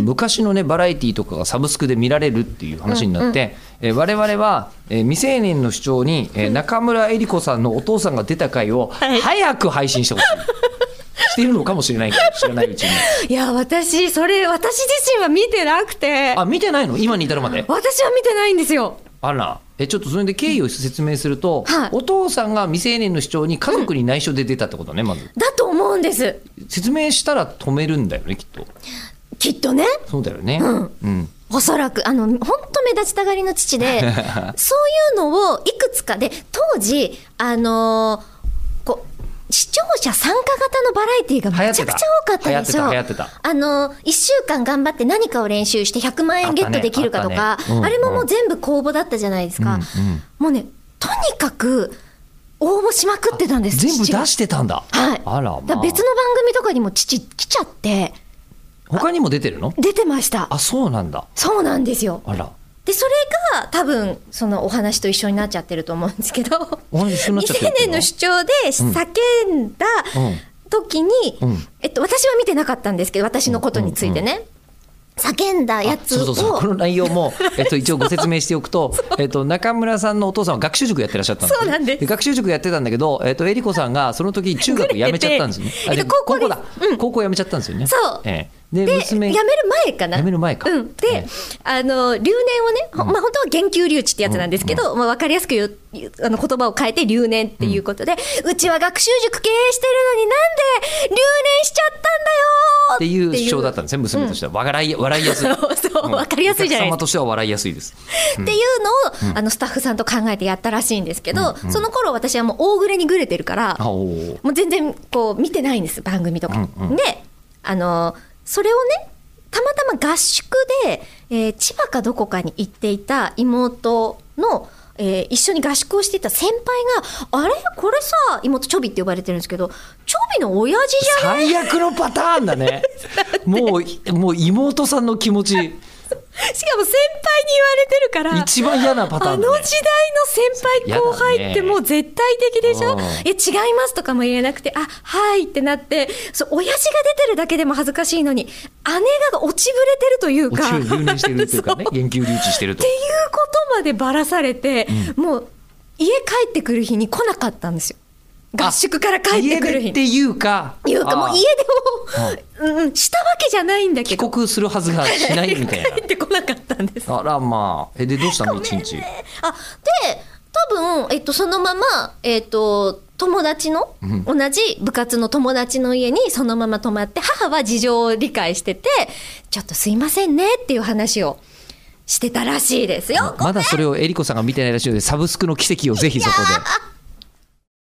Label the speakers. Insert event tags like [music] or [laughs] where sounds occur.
Speaker 1: 昔のねバラエティーとかがサブスクで見られるっていう話になって、えー我々は、えー未成年の主張に、えー中村江里子さんのお父さんが出た回を
Speaker 2: い
Speaker 1: 早く配信してほしい、 [laughs] しているのかもしれないけど知らないうちに
Speaker 2: いや私それ私自身は見てなくて
Speaker 1: あ見てないの今に至るまで
Speaker 2: 私は見てないんですよ
Speaker 1: あらえちょっとそれで経緯を説明すると、
Speaker 2: はい
Speaker 1: お父さんが未成年の主張に家族に内緒で出たってことねまず
Speaker 2: だと思うんです
Speaker 1: 説明したら止めるんだよねきっと
Speaker 2: きっとね
Speaker 1: そうだよね
Speaker 2: ん
Speaker 1: うん
Speaker 2: おそらくあの本当目立ちたがりの父
Speaker 1: [laughs]
Speaker 2: でそういうのをいくつかで当時あのーこう視聴者参加型のバラエティがめちゃくちゃ多かったでし
Speaker 1: 流行ってた
Speaker 2: ょ。
Speaker 1: 流行ってた
Speaker 2: あのー、1週間頑張って何かを練習して100万円ゲットできるかと
Speaker 1: あ
Speaker 2: か、
Speaker 1: ったねあ
Speaker 2: あ,、
Speaker 1: ったねうん
Speaker 2: れももう全部公募だったじゃないですか。
Speaker 1: うんうん
Speaker 2: もうね、とにかく応募しまくってたんです。
Speaker 1: 全部出
Speaker 2: 父が
Speaker 1: してたんだ
Speaker 2: はい。
Speaker 1: あら、ま
Speaker 2: だから
Speaker 1: あ、
Speaker 2: 別の番組とかにも父来ちゃって、
Speaker 1: 他にも出てるの
Speaker 2: 出てました。
Speaker 1: あそうなんだ
Speaker 2: そうなんですよ。
Speaker 1: あら
Speaker 2: でそれが多分そのお話と一緒になっちゃってると思うんですけど
Speaker 1: お話一緒になっちゃってる
Speaker 2: 未成年の主張で叫んだ
Speaker 1: うん
Speaker 2: 時に、
Speaker 1: うん
Speaker 2: えっと、私は見てなかったんですけど私のことについてね、叫んだやつを
Speaker 1: そうそうそうこの内容
Speaker 2: [laughs]
Speaker 1: も、えっと、一応ご説明しておくと、えっと、中村さんのお父さんは学習塾やってらっしゃったんです、
Speaker 2: そうなんです
Speaker 1: 学習塾やってたんだけど、えっと、えりこさんがその時中学やめちゃったんですね
Speaker 2: えっと
Speaker 1: あで
Speaker 2: 高校です
Speaker 1: だ、高校やめちゃったんですよね
Speaker 2: そう
Speaker 1: ええで
Speaker 2: で辞
Speaker 1: 娘
Speaker 2: める前かな
Speaker 1: 辞める前か
Speaker 2: うん、で、
Speaker 1: ええ
Speaker 2: あの留年をね、ほまあ本当は減給留置ってやつなんですけど、まあ、分かりやすく言う言うあの言葉を変えて留年っていうことで、うちは学習塾経営してるのになんで留年しちゃったんだよー
Speaker 1: っ
Speaker 2: ってて
Speaker 1: いう
Speaker 2: いう
Speaker 1: 主張だったんですね娘としては、笑い笑いやすい
Speaker 2: そうそう、
Speaker 1: ん
Speaker 2: [laughs] わかりやすいじゃない
Speaker 1: お客様
Speaker 2: です
Speaker 1: としては笑いやすいです
Speaker 2: か。っていうのを、あの、スタッフさんと考えてやったらしいんですけど、その頃私はもう大暮れにぐれてるから、
Speaker 1: あおー
Speaker 2: もう全然こう見てないんです、番組とか。
Speaker 1: うんうん
Speaker 2: で、あの、それをね、たまたま合宿で、えー千葉かどこかに行っていた妹の、えー一緒に合宿をしていた先輩が、あれこれさ、妹ちょびって呼ばれてるんですけど、ちょびの親父じゃね
Speaker 1: 最悪のパターンだ
Speaker 2: [laughs]
Speaker 1: ねもうもう妹さんの気持ち
Speaker 2: しかも先輩に言われてるから。
Speaker 1: 一番嫌なパターンだ、ね、
Speaker 2: あの時代の先輩後輩ってもう絶対的でし
Speaker 1: や
Speaker 2: ょ、
Speaker 1: だね
Speaker 2: いや違いますとかも言えなくてあはいってなってそう親父が出てるだけでも恥ずかしいのに姉が落ちぶれてるという
Speaker 1: もち
Speaker 2: か
Speaker 1: ろん留年してるというかね
Speaker 2: [laughs] そうっていう
Speaker 1: 言及留置してると
Speaker 2: ことまでばらされて、もう家帰ってくる日に来なかったんですよ合宿から帰って
Speaker 1: 家
Speaker 2: くる
Speaker 1: 出
Speaker 2: 日
Speaker 1: っ
Speaker 2: に。
Speaker 1: ていうか
Speaker 2: いうかもう
Speaker 1: あー
Speaker 2: 家でも、うん、したわけじゃないんだけ
Speaker 1: 帰
Speaker 2: ど
Speaker 1: 国するはずがしないみたい
Speaker 2: [laughs] 帰ってこなかったんです
Speaker 1: なあらまあえでどうしたの一日
Speaker 2: あで多分、えっと、そのまま、えっと、友達の、
Speaker 1: ん
Speaker 2: 同じ部活の友達の家にそのまま泊まって母は事情を理解しててちょっとすいませんねっていう話をしてたらしいですよ。
Speaker 1: まだそれをえりこさんが見てないらしいのでサブスクの奇跡をぜひそこで